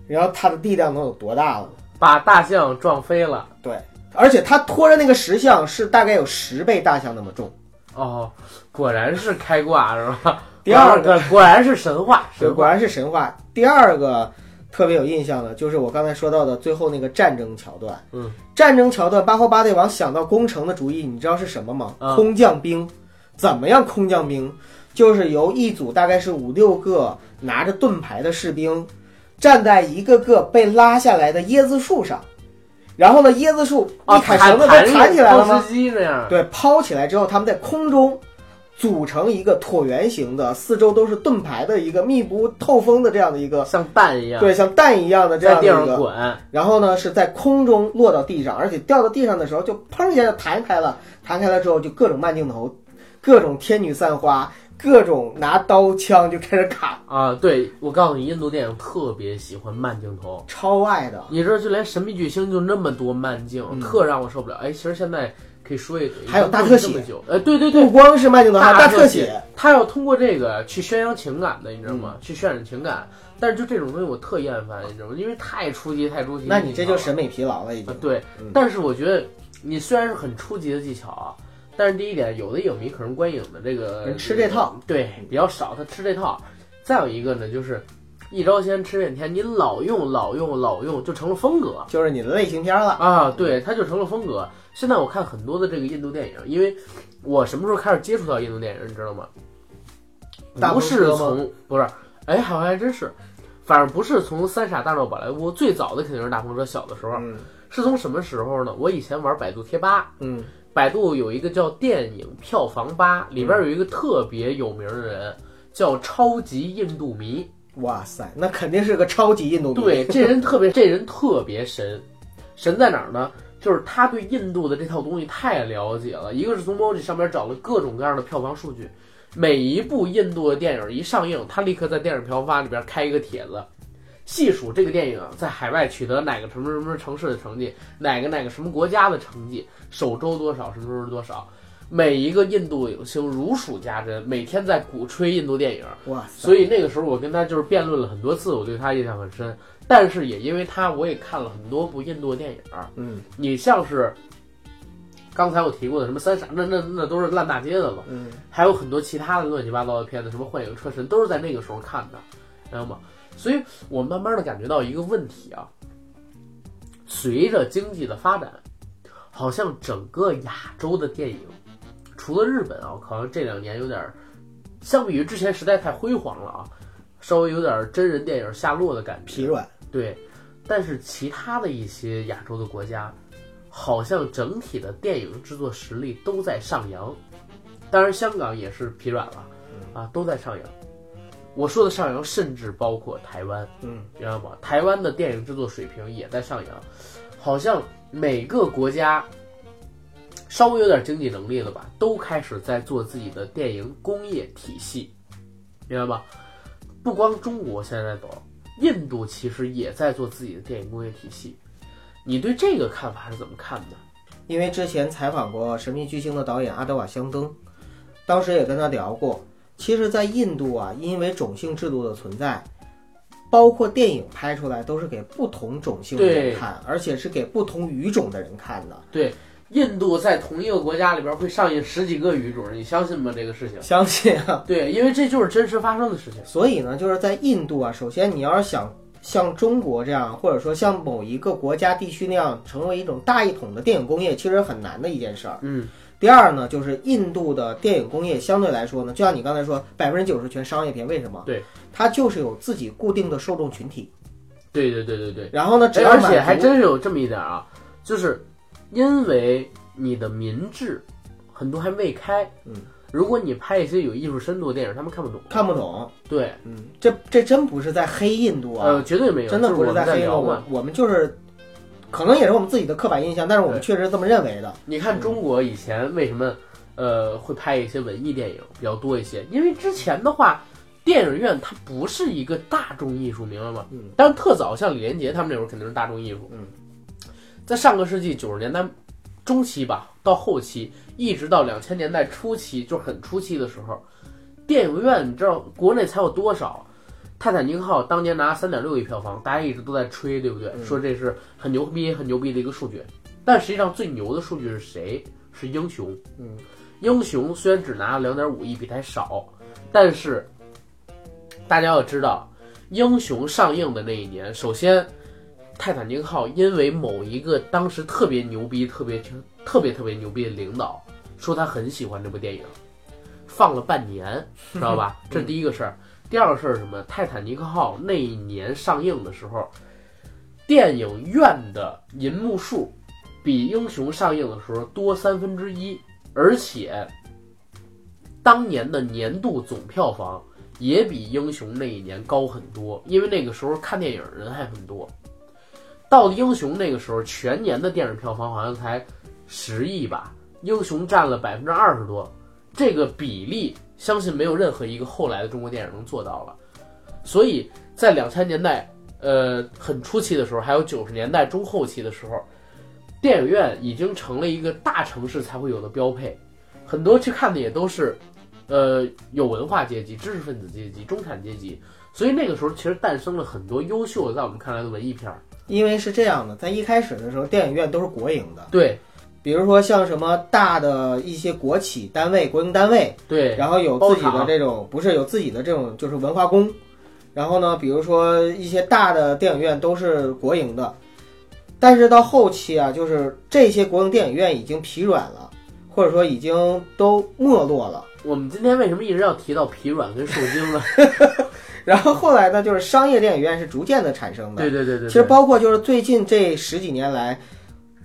然后它的力量能有多大了？
把大象撞飞了。
对，而且他拖着那个石像是大概有十倍大象那么重。
哦，果然是开挂是吧？
第二
个 果然是神话，
对，
神
果
话。
然是神话。第二个特别有印象的，就是我刚才说到的最后那个战争桥段。
嗯，
战争桥段，巴霍巴队王想到攻城的主意，你知道是什么吗？
嗯
空降兵。怎么样空降兵？就是由一组大概是五六个拿着盾牌的士兵，站在一个个被拉下来的椰子树上，然后呢，椰子树
啊，
一砍绳子不
弹
弹起来了
波
吗？
斯鸡那样，
对，抛起来之后，他们在空中组成一个椭圆形的，四周都是盾牌的一个密不透风的这样的一个，
像蛋一样，
对，像蛋一样的这
在
样
地
的
上
一个。
滚。
然后呢，是在空中落到地上，而且掉到地上的时候就砰一下就弹开了，弹开了之后就各种慢镜头，各种天女散花，各种拿刀枪就开始砍，
啊，对，我告诉你，印度电影特别喜欢慢镜头。
超爱的。
你知道，就连《神秘巨星》就那么多慢镜，
嗯
特让我受不了。哎，其实现在可以说一嘴，
还有
已经
大
用
特
这么
写
久，呃，对对对
不，光是慢镜头，还有大
特
特写，，嗯
他要通过这个去宣扬情感的，你知道吗？去渲染情感，但是就这种东西我特厌烦，你知道吗？因为太初级，太初级。
那你这
知
就
道
审美疲劳了已
吗
经
啊。对
嗯，
但是我觉得你虽然是很初级的技巧啊，但是第一点，有的影迷可能观影的这个
人吃这套，
对比较少，他吃这套。再有一个呢，就是一招鲜吃遍天，你老用老用老用就成了风格。
就是你的类型片了。
啊，对，它就成了风格。现在我看很多的这个印度电影，因为我什么时候开始接触到印度电影，你知道吗？
大
不
风
是
车吗
从不是，哎，好像还真是，反正不是从《三傻大闹宝莱坞》最早的肯定是大风车，小的时候
嗯
是从什么时候呢？我以前玩百度贴吧，
嗯
百度有一个叫电影票房吧，里边有一个特别有名的人叫超级印度迷，
哇塞，那肯定是个超级印度迷。
对，这人特别，这人特别神，神在哪儿呢？就是他对印度的这套东西太了解了。一个是从 Moji 上面找了各种各样的票房数据，每一部印度的电影一上映，他立刻在电影票房里边开一个帖子，细数这个电影在海外取得哪个什么什么城市的成绩，哪个哪个什么国家的成绩，首周多少，什么时候多少。每一个印度影星如数家珍，每天在鼓吹印度电影，
哇塞，
所以那个时候我跟他就是辩论了很多次，我对他印象很深。但是也因为他，我也看了很多部印度的电影儿。
嗯
你像是刚才我提过的什么三傻，那那那都是烂大街的了。
嗯，
还有很多其他的乱七八糟的片子，什么《幻影车神》，都是在那个时候看的，知道吗？所以我慢慢的感觉到一个问题啊，随着经济的发展，好像整个亚洲的电影，除了日本啊，好像这两年有点儿，相比于之前实在太辉煌了啊，稍微有点儿真人电影下落的感觉，
疲软。
对，但是其他的一些亚洲的国家，好像整体的电影制作实力都在上扬。当然，香港也是疲软了，啊，都在上扬。我说的上扬，甚至包括台湾，
嗯，
你知道吗？台湾的电影制作水平也在上扬，好像每个国家稍微有点经济能力的吧，都开始在做自己的电影工业体系，明白吧？不光中国现在在走，印度其实也在做自己的电影工业体系。你对这个看法是怎么看的？
因为之前采访过《神秘巨星》的导演阿德瓦香登，当时也跟他聊过，其实，在印度啊，因为种姓制度的存在。包括电影拍出来都是给不同种姓的人
对
看，而且是给不同语种的人看的。
对，印度在同一个国家里边会上映十几个语种，你相信吗？这个事 情？
相信啊，
对，因为这就是真实发生的事情。
所以呢，就是在印度啊，首先你要是想像中国这样，或者说像某一个国家地区那样，成为一种大一统的电影工业，其实很难的一件事儿。
嗯，
第二呢，就是印度的电影工业相对来说呢，就像你刚才说，百分之九十全商业片，为什么？
对，
它就是有自己固定的受众群体。
对对对对对。
然后呢，只
哎
要
而
满
且还
足
真是有这么一点啊，就是因为你的民智很多还未开，
嗯，
如果你拍一些有艺术深度的电影，他们看不懂。
看不懂，
对，
嗯，这这真不是在黑印度啊，
呃，绝对没有，
真的
就是我
不是
们在
黑印
聊
度，
嘛
我。我们就是，可能也是我们自己的刻板印象，但是我们
对
确实是这么认为的。
你看中国以前为什么呃会拍一些文艺电影比较多一些？因为之前的话，电影院它不是一个大众艺术，明白吗？
嗯，
但是特早像李连杰他们那会儿肯定是大众艺术。
嗯，
在上个世纪九十年代中期吧，到后期一直到两千年代初期，就是很初期的时候，电影院你知道国内才有多少？泰坦尼克号当年拿三点六亿票房，大家一直都在吹，对不
嗯
对？说这是很牛逼、很牛逼的一个数据。但实际上最牛的数据是谁？是英雄。
嗯，
英雄虽然只拿了两点五亿，比它少，但是大家要知道，英雄上映的那一年，首先泰坦尼克号因为某一个当时特别牛逼、特别特别特别牛逼的领导说他很喜欢这部电影，放了半年，知道吧？这是第一个事儿。第二个事儿是什么？泰坦尼克号那一年上映的时候，电影院的银幕数比英雄上映的时候多三分之一，而且当年的年度总票房也比英雄那一年高很多，因为那个时候看电影的人还很多。到了英雄那个时候，全年的电影票房好像才十亿吧，英雄占了百分之二十多，这个比例相信没有任何一个后来的中国电影能做到了。所以在两千年代，呃，很初期的时候，还有九十年代中后期的时候，电影院已经成了一个大城市才会有的标配，很多去看的也都是，呃，有文化阶级、知识分子阶级、中产阶级，所以那个时候其实诞生了很多优秀的，在我们看来的文艺片儿。
因为是这样的，在一开始的时候，电影院都是国营的，
对
比如说像什么大的一些国企单位、国营单位，
对，
然后有
包
自己的
场
这种不是有自己的这种就是文化宫，然后呢，比如说一些大的电影院都是国营的，但是到后期啊，就是这些国营电影院已经疲软了，或者说已经都没落了。
我们今天为什么一直要提到疲软跟受惊呢？
然后后来呢，就是商业电影院是逐渐的产生 的。
对对对对对，
其实包括就是最近这十几年来，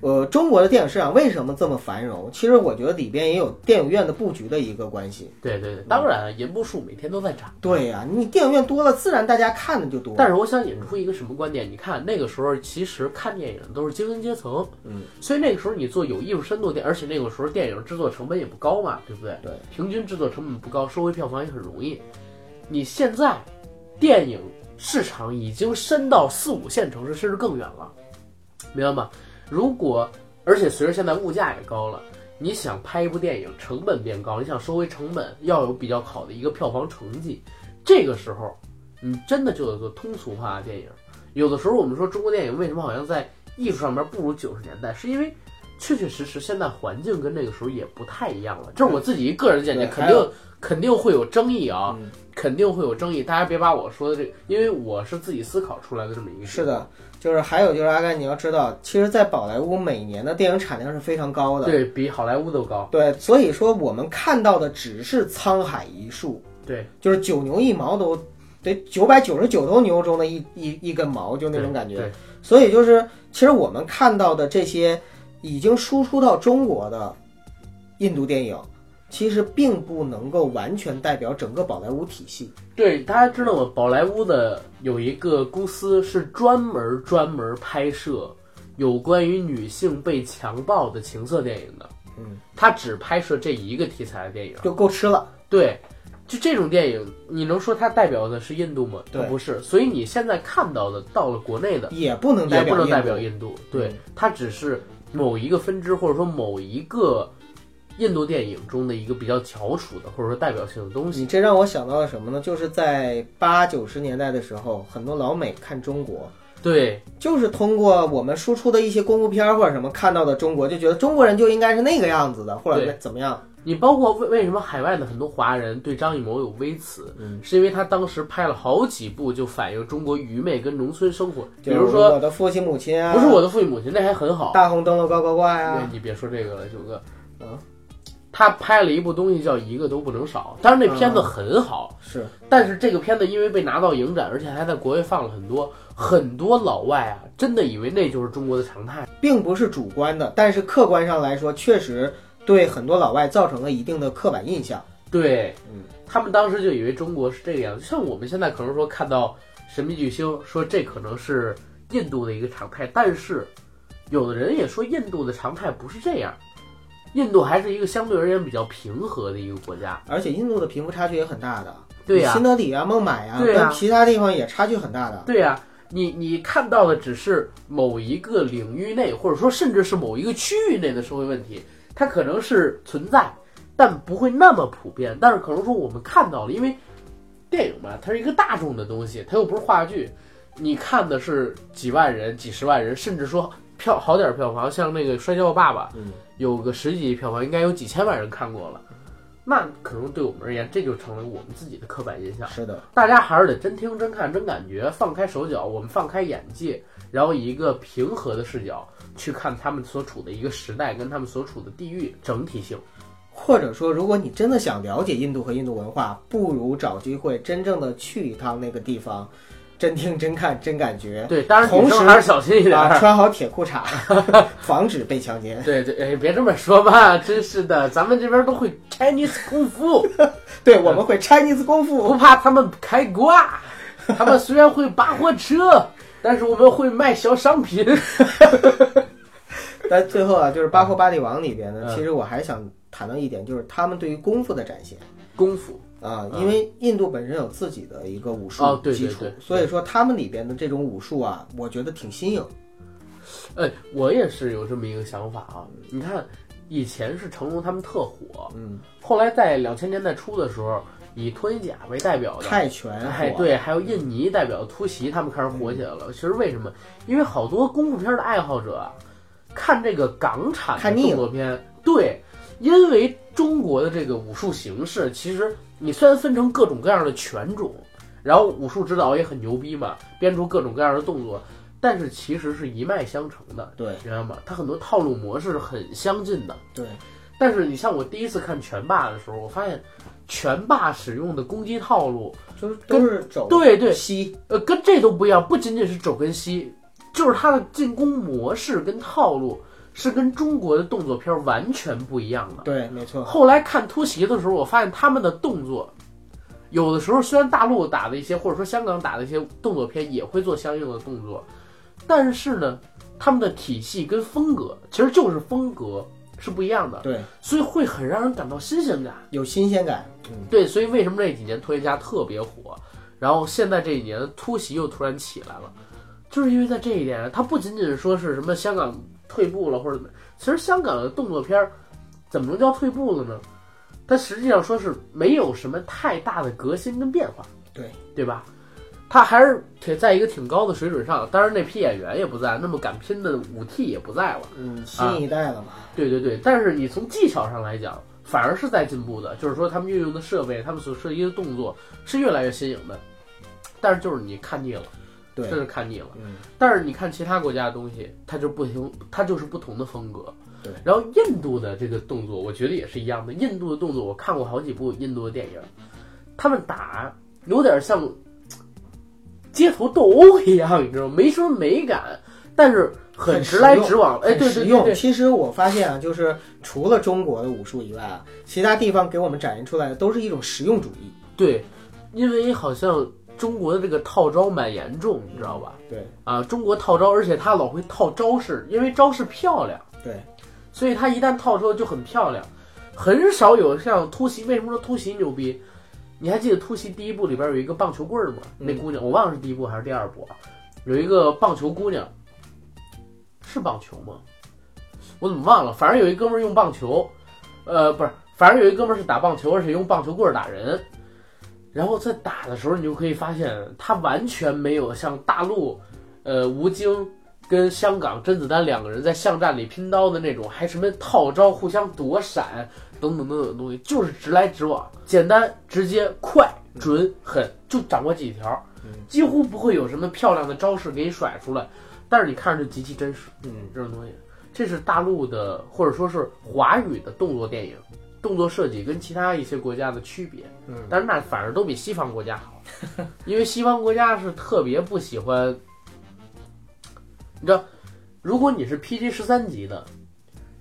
呃，中国的电影市场为什么这么繁荣？其实我觉得里边也有电影院的布局的一个关系。
对对对，当然银幕数每天都在涨。
对呀、你电影院多了，自然大家看的就多。嗯
但是我想引出一个什么观点？你看那个时候，其实看电影都是精英阶层，
嗯，
所以那个时候你做有艺术深度的电，而且那个时候电影制作成本也不高嘛，对不对？
对，
平均制作成本不高，收回票房也很容易。你现在电影市场已经深到四五线城市，甚至更远了，明白吗？如果而且随着现在物价也高了。你想拍一部电影，成本变高，你想收回成本，要有比较好的一个票房成绩。这个时候，你真的就有个通俗化的电影。有的时候我们说中国电影为什么好像在艺术上面不如九十年代，是因为确确实实现在环境跟那个时候也不太一样了。这是我自己一个人见解，
对
肯
还有
定肯定会有争议啊，
嗯
肯定会有争议。大家别把我说的这，因为我是自己思考出来的这么一个。
是，的，就是还有就是阿甘，你要知道，其实，在宝莱坞每年的电影产量是非常高的，
对比好莱坞都高。
对所以说我们看到的只是沧海一粟，
对
就是九牛一毛都得九百九十九头牛中的一一一根毛，就那种感觉。
对，
所以就是，其实我们看到的这些已经输出到中国的印度电影，其实并不能够完全代表整个宝莱坞体系。
对，大家知道吗？宝莱坞的有一个公司是专门专门拍摄有关于女性被强暴的情色电影的。
嗯，
他只拍摄这一个题材的电影。
就够吃了，
对，就这种电影，你能说它代表的是印度吗？它
对
不是。所以你现在看到的，到了国内的，
也不能代
也不
表
能
印
代
度嗯
表印度。对，它只是某一个分支，或者说某一个印度电影中的一个比较翘楚的，或者说代表性的东西。
你这让我想到了什么呢？就是在八九十年代的时候，很多老美看中国，
对，
就是通过我们输出的一些功夫片儿或者什么看到的中国，就觉得中国人就应该是那个样子的，或者
对
怎么样。
你包括为为什么海外的很多华人对张艺谋有微词，
嗯
是因为他当时拍了好几部就反映中国愚昧跟农村生活，比
就是
如说
我的父亲母亲啊，
不是我的父亲母亲，那还很好。
大红灯笼高高挂呀、
对你别说这个了，九哥，
嗯，
他拍了一部东西叫《一个都不能少》，当然那片
嗯
子很好，
是
但是这个片子因为被拿到影展，而且还在国外放了很多，很多老外啊，真的以为那就是中国的常态。
并不是主观的，但是客观上来说，确实对很多老外造成了一定的刻板印象。
对，
嗯
他们当时就以为中国是这个样子，像我们现在可能说看到神秘巨星，说这可能是印度的一个常态，但是有的人也说印度的常态不是这样，印度还是一个相对而言比较平和的一个国家。
而且印度的贫富差距也很大的，
对呀、
新德里啊、孟买啊，
对呀
跟其他地方也差距很大的。
对呀、你你看到的只是某一个领域内，或者说甚至是某一个区域内的社会问题，它可能是存在，但不会那么普遍。但是可能说我们看到了，因为电影嘛，它是一个大众的东西，它又不是话剧，你看的是几万人、几十万人，甚至说票好点儿票房，像那个《摔跤吧爸爸》，
嗯，
有个十几亿票房，应该有几千万人看过了。那可能对我们而言，这就成为我们自己的刻板印象。
是的，
大家还是得真听、真看、真感觉，放开手脚，我们放开眼界，然后以一个平和的视角去看他们所处的一个时代跟他们所处的地域整体性。
或者说，如果你真的想了解印度和印度文化，不如找机会真正的去一趟那个地方，真听、真看、真感觉。
对，当然女
同
生
时
还是小心一点。
啊，穿好铁裤衩， 防止被强奸。
对对，哎，别这么说吧， 真是的，咱们这边都会 Chinese 功夫，
对，我们会 Chinese 功夫。
不怕他们开 挂。他们虽然会扒货车，但是我们会卖小商 品。
但最后啊，就是《巴霍巴利王》里边呢，
嗯
其实我还想谈到一点，就是他们对于功夫的展现。
功夫，
啊，
嗯
因为印度本身有自己的一个武术
哦对
基
对
础，
对
所以说他们里边的这种武术啊，我觉得挺新颖。
哎，我也是有这么一个想法啊。你看，以前是成龙他们特火，
嗯，
后来在两千年代初的时候，以托尼贾为代表的，
泰拳，
哎，，对，还有印尼代表突袭，他们开始火起来了。其实为什么？因为好多功夫片的爱好者啊，看这个港产
看
的
腻
动
了
作片，对，因为中国的这个武术形式，其实你虽然分成各种各样的拳种，然后武术指导也很牛逼嘛，编出各种各样的动作，但是其实是一脉相承的，
对
明白吗？它很多套路模式是很相近的。
对，
但是你像我第一次看拳霸的时候，我发现拳霸使用的攻击套路，
就是都是肘
对对，
膝，
呃，跟这都不一样，不仅仅是肘跟膝，就是他的进攻模式跟套路是跟中国的动作片儿完全不一样的。
对，没错，
后来看突袭的时候，我发现他们的动作，有的时候虽然大陆打的一些，或者说香港打的一些动作片也会做相应的动作，但是呢，他们的体系跟风格其实就是风格是不一样的，
对，
所以会很让人感到新鲜感。
有新鲜感。嗯，
对，所以为什么这几年托尼家特别火，然后现在这几年突袭又突然起来了，就是因为在这一点，它不仅仅是说是什么香港退步了或者怎么，其实香港的动作片儿怎么能叫退步了呢？它实际上说是没有什么太大的革新跟变化，
对
对吧？它还是挺在一个挺高的水准上，当然那批演员也不在，那么敢拼的武替也不在了。
嗯，
啊
新一代了嘛，
对对对，但是你从技巧上来讲，反而是在进步的，就是说他们运用的设备，他们所设计的动作是越来越新颖的。但是就是你看腻了，
对
真，是看腻了。
嗯，
但是你看其他国家的东西，它就不同，它就是不同的风格。
对
然后印度的这个动作，我觉得也是一样的。印度的动作，我看过好几部印度的电影，他们打有点像嘖街头斗殴一样，你知道吗？没什么美感，但是很
很
直
实
来
用
直往。哎，对
很
对
实
对
用。
对，
其实我发现啊，就是除了中国的武术以外啊，其他地方给我们展现出来的都是一种实用主义。
对，因为好像中国的这个套招蛮严重，你知道吧？
对
啊，中国套招，而且他老会套招式，因为招式漂亮，
对，
所以他一旦套出来就很漂亮。很少有像突袭，为什么说突袭牛逼？你还记得突袭第一部里边有一个棒球棍儿吗？那
嗯
姑娘，我忘了是第一部还是第二部啊，有一个棒球姑娘，是棒球吗？我怎么忘了？反正有一哥们儿用棒球，呃，不是，反正有一哥们儿是打棒球，而且用棒球棍儿打人。然后在打的时候，你就可以发现他完全没有像大陆，呃，吴京跟香港甄子丹两个人在巷战里拼刀的那种，还什么套招、互相躲闪等等等等的东西，就是直来直往，简单、直接、快、准、狠，就掌握几条
嗯，
几乎不会有什么漂亮的招式给你甩出来，但是你看着就极其真实。
嗯，
这种东西，这是大陆的或者说是华语的动作电影、动作设计跟其他一些国家的区别。
嗯，
但是那反而都比西方国家好，因为西方国家是特别不喜欢，你知道，如果你是 PG 十三级的，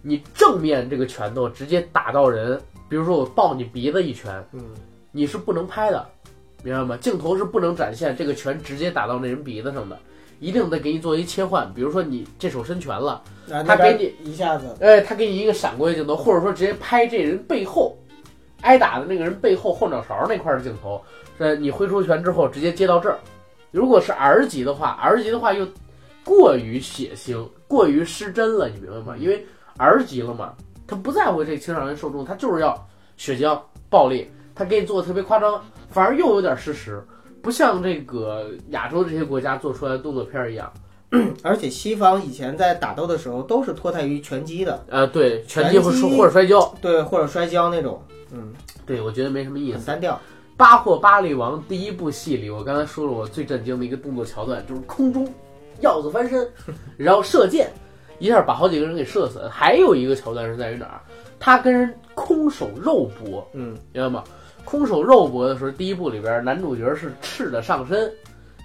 你正面这个拳头直接打到人，比如说我抱你鼻子一拳，
嗯，
你是不能拍的，明白吗？镜头是不能展现这个拳直接打到那人鼻子上的。一定得给你做一切换，比如说你这手伸拳了，
然后
他
那
给
边一下子
哎，他给你一个闪过的镜头，或者说直接拍这人背后，挨打的那个人背后后脑勺那块儿的镜头，呃，你挥出拳之后直接接到这儿。如果是 R 级的话，R 级的话又过于血腥，过于失真了，你明白吗？
嗯
因为 R 级了嘛，他不在乎这青少年受众，他就是要血腥暴力，他给你做的特别夸张，反而又有点失实，不像这个亚洲这些国家做出来的动作片儿一样。
而且西方以前在打斗的时候都是脱胎于拳击的，
呃，对，拳
拳
击
击
或摔或者摔跤，
对，或者摔跤那种，嗯，
对我觉得没什么哦意思
很。单调。
《巴霍巴利王》第一部戏里，我刚才说了，我最震惊的一个动作桥段就是空中鹞子翻身，然后射箭，一下把好几个人给射死。还有一个桥段是在于哪儿？他跟人空手肉搏，
嗯，
明白吗？空手肉搏的时候，第一部里边男主角是赤着上身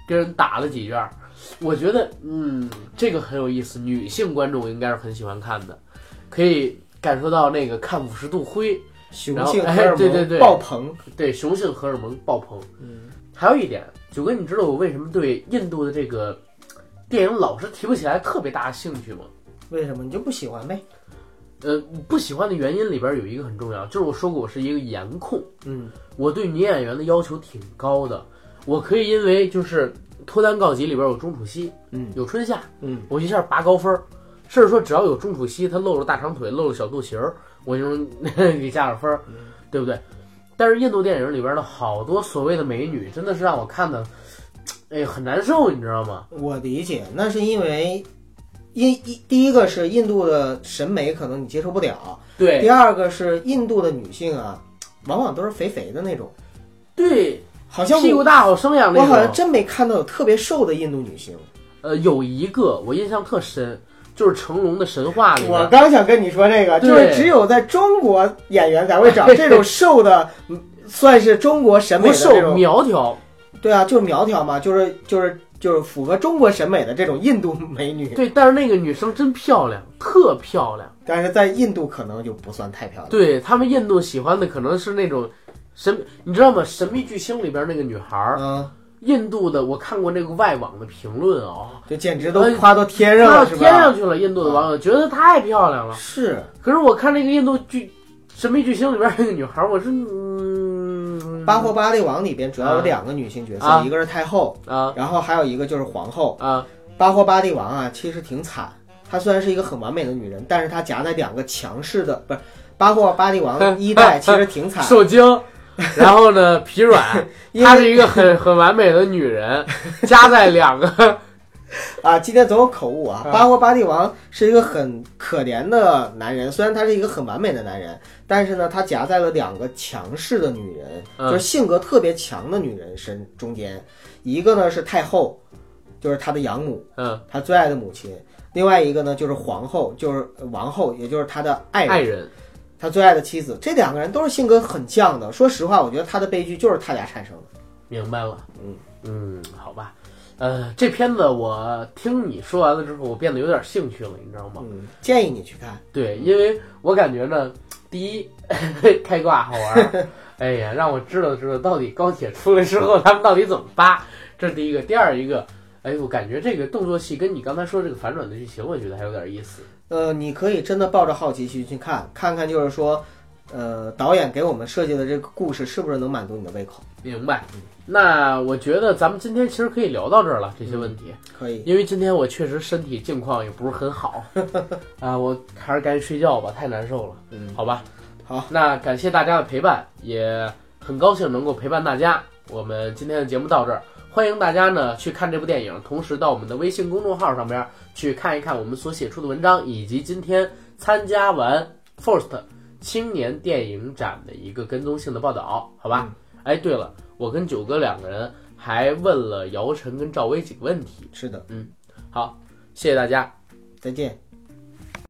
跟人打了几下，我觉得嗯，这个很有意思，女性观众应该是很喜欢看的，可以感受到那个看五十度灰
雄
然后
性荷
哎
尔
对对对
蒙爆棚，
对雄性荷尔蒙爆棚。
嗯，
还有一点，九哥，你知道我为什么对印度的这个电影老是提不起来特别大的兴趣吗？
为什么你就不喜欢呗？
呃，不喜欢的原因里边有一个很重要，就是我说过我是一个颜控，
嗯，
我对女演员的要求挺高的。我可以因为就是《脱单告急》里边有钟楚曦，
嗯，
有春夏，
嗯，
我一下拔高分儿，甚至说只要有钟楚曦，她露了大长腿，露了小肚脐儿，我就能 给加点分儿，
嗯
对不对？但是印度电影里边的好多所谓的美女，真的是让我看的，哎，很难受，你知道吗？
我理解，那是因为印一第一个是印度的审美可能你接受不了，
对
第二个是印度的女性啊，往往都是肥肥的那种，
对，
好像
屁股
我
大好生养
我好
那
像
种。
真没看到有特别瘦的印度女星。
呃，有一个我印象特深，就是成龙的神话里
我
边，
刚想跟你说这个，
对
就是只有在中国演员才会 找这种瘦的，嗯算是中国审美
不
的这
瘦
种。
苗条，
对啊，就是苗条嘛，就是就是就是符合中国审美的这种印度美女，
对，但是那个女生真漂亮，特漂亮。
但是在印度可能就不算太漂亮。
对他们印度喜欢的可能是那种神，你知道吗？神秘巨星里边那个女孩儿，
嗯，
印度的，我看过那个外网的评论啊、
就简直都夸到天上
到
了，是吧？
天上去了，印度的网友觉得太漂亮了。
是
可是我看那个印度剧《神秘巨星》里边那个女孩儿，我是嗯，
《巴霍巴利王》里边主要有
嗯
两个女性角色，
啊
一个是太后，
啊
然后还有一个就是皇后。
啊，
巴霍巴利王啊，其实挺惨。她虽然是一个很完美的女人，但是她夹在两个强势的，不是巴霍巴利 王一代其实挺惨，
受惊，然后呢疲软，
因
她
为
是一个很很完美的女人，夹在两个
啊，今天总有口误啊。
嗯
巴霍巴利王是一个很可怜的男人，虽然他是一个很完美的男人，但是呢，他夹在了两个强势的女人，
嗯
就是性格特别强的女人身中间，一个呢是太后，就是他的养母，
嗯
他最爱的母亲；另外一个呢就是皇后，就是王后，也就是他的爱人，
爱人。
他最爱的妻子。这两个人都是性格很犟的。说实话，我觉得他的悲剧就是他俩产生的。
明白了，
嗯
嗯，好吧，呃，这片子我听你说完了之后，我变得有点兴趣了，你知道吗？
嗯，建议你去看。
对，因为我感觉呢，第一 开挂好玩儿，哎呀，让我知道知道到底高铁出来之后他们到底怎么扒，这是第一个。第二一个，哎，我感觉这个动作戏跟你刚才说这个反转的剧情，我觉得还有点意思。
呃，你可以真的抱着好奇心去看，看看就是说，呃，导演给我们设计的这个故事是不是能满足你的胃口？
明白。那我觉得咱们今天其实可以聊到这儿了，这些问题。啊
可以。
因为今天我确实身体境况也不是很好，啊，我还是赶紧睡觉吧，太难受了，
嗯，
好吧？
好，
那感谢大家的陪伴，也很高兴能够陪伴大家。我们今天的节目到这儿，欢迎大家呢去看这部电影，同时到我们的微信公众号上边去看一看我们所写出的文章，以及今天参加完 First 青年电影展的一个跟踪性的报道，好吧？哎，对了，我跟九哥两个人还问了姚晨跟赵薇几个问题。
是的，
好，谢谢大家。
再见。